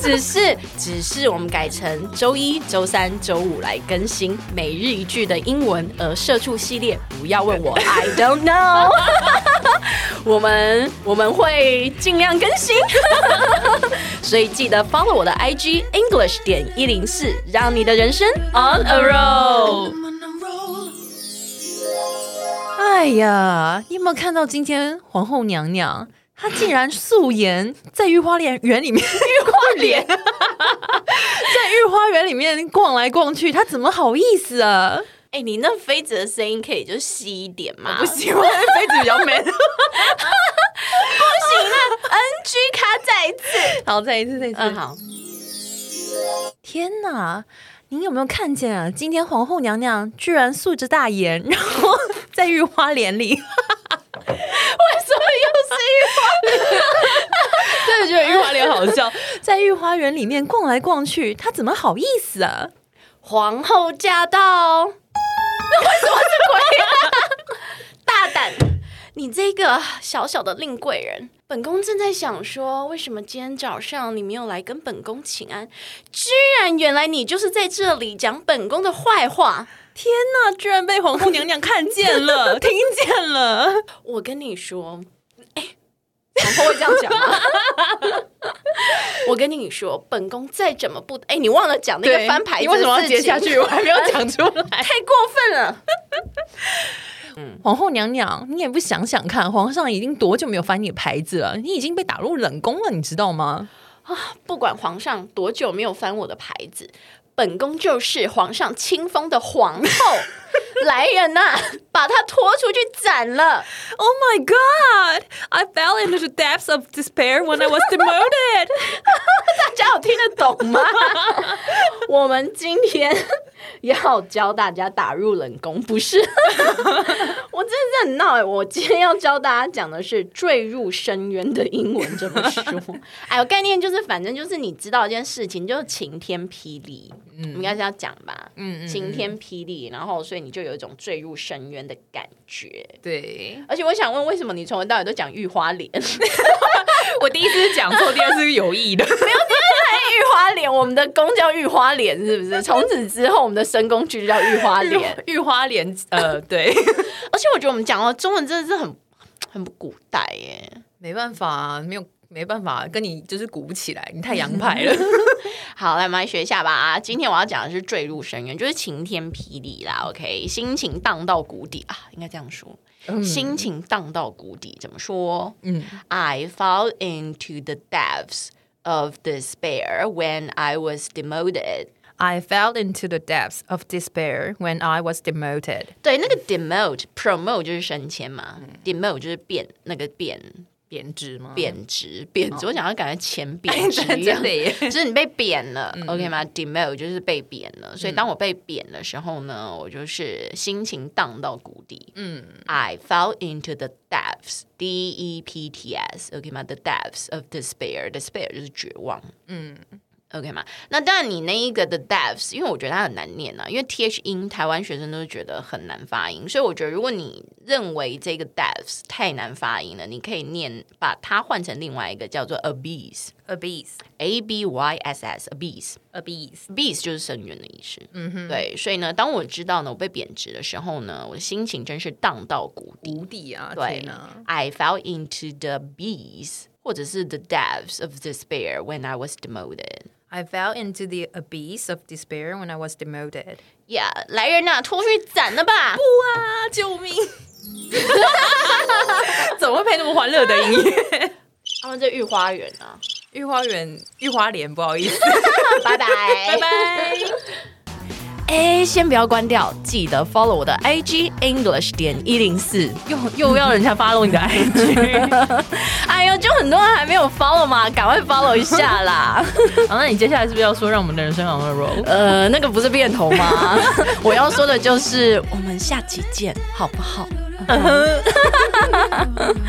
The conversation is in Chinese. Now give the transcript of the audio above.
只是只是我们改成周一、周三、周五来更新每日一句的英文，而社畜系列不要问我，I don't know 我们我们会尽量更新， 所以记得 follow 我的 IG English 点一零四，让你的人生 on a roll。哎呀，你有没有看到今天皇后娘娘她竟然素颜在御花园园里面御花园 在御花园里面逛来逛去，她怎么好意思啊？哎、你那妃子的声音可以就细一点嘛？不喜欢妃子比较 man。 ，NG 卡再一次。 好，再一次，再一 次。嗯，好，天哪！您有没有看见啊？今天皇后娘娘居然素着大眼，然后在御花园里，为什么又是御花园？真的觉得 御花园好笑， 在御花园里面逛来逛去，她怎么好意思啊？皇后驾到！那为什么 是鬼啊？大胆！你这个小小的令贵人，本宫正在想说，为什么今天早上你没有来跟本宫请安？居然，原来你就是在这里讲本宫的坏话！天哪，居然被皇后娘娘看见 了，听见了。我跟你说，哎、皇后会这样讲吗？ 我跟你说，本宫再怎么不……哎、你忘了讲那个翻牌子，你为什么要接下？去？我还 没有 讲出来。太过分了！皇后娘娘，你也不想想看，皇上已经多久没有翻你的牌子了？你已经被打入冷宫了，你知道吗？不管皇上多久没有翻我的牌子，本宫就是皇上清风的皇后。来人呐、 把他拖出去斩了！ Oh my god! I fell into the depths of despair when I was demoted. 大家有听得懂吗？ 我们今天要教大家打入冷宫，不 是？我真的是很闹哎、我今天要教大家讲的是坠入深渊的英文怎么说？ 哎，我概念就是，反正就是你知道一件事情，就是晴天霹雳，嗯、应该是要讲吧？ 嗯嗯嗯晴天霹雳，然后所以你就有一种坠入深渊的感觉。对，而且我想问，为什么你从头到尾都讲御花莲？ 我第一次是讲错，第二次是有意的。御花莲，我们的宫叫御花莲，是不是？从此之后，我们的深宫区就叫御花莲。 御花莲，呃，对， 而且我觉得我们讲到中文真的是很很不古代耶。 没办法啊，没有没办法，跟你就是鼓不起来，你太洋派 了。好，来我们来学一下吧。啊今天我要讲的是坠入深渊，就是晴天霹雳啦。OK，心情荡到谷底啊，应该这样说，心情荡到谷底怎么说？嗯， I fell into the depths of despair when I was demoted。 I fell into the depths of despair when I was demoted. 对，那个 demote promote 就是升迁嘛、d e m o t e 就是变那个变贬值吗？贬值，贬值，我想要感觉钱贬 哎值真一样，真的耶嗯就是你被贬了，OK 吗？Demote 就是被贬了，所以当我被贬的时候呢，我就是心情荡到谷底。嗯，I fell into the depths，D E P T S，OK 吗？The depths of despair，despair 就是绝望。OK 嗯吗？那当然，你那一个的 devs，因为我觉得它很难念啊，因为 th 音台湾学生都觉得很难发音，所以我觉得如果你认为这个 devs 太难发音了，你可以念把它换成另外一个叫做 abyss，a Abyss, b y s s，abyss。 abyss. beast 就是深渊的意思，嗯哼，对，所以呢，当我知道呢我被贬值的时候呢，我的心情真是荡到谷底。谷底啊！对天哪！ ，I fell into the bees，或者是 the depths of despair when I was demoted。 I fell into the abyss of despair when I was demoted. 呀来人呐、拖出去斩了吧！哇！救命！ 怎么会配那么欢乐的音乐？ 他们在御花园 啊，御花园，御花莲，不好意思，拜拜，拜拜。拜。哎、哎，先不要关掉，记得 follow 我的 IG English 点一零四。又又要人家 follow 你的 IG。 哎呦，就很多人还没有 follow 嘛，赶快 follow 一下啦。 好，那你接下来是不是要说让我们的人生好好 roll？呃，那个不是变头吗？ 我要说的就是，我们下期见，好不好？ Thank you.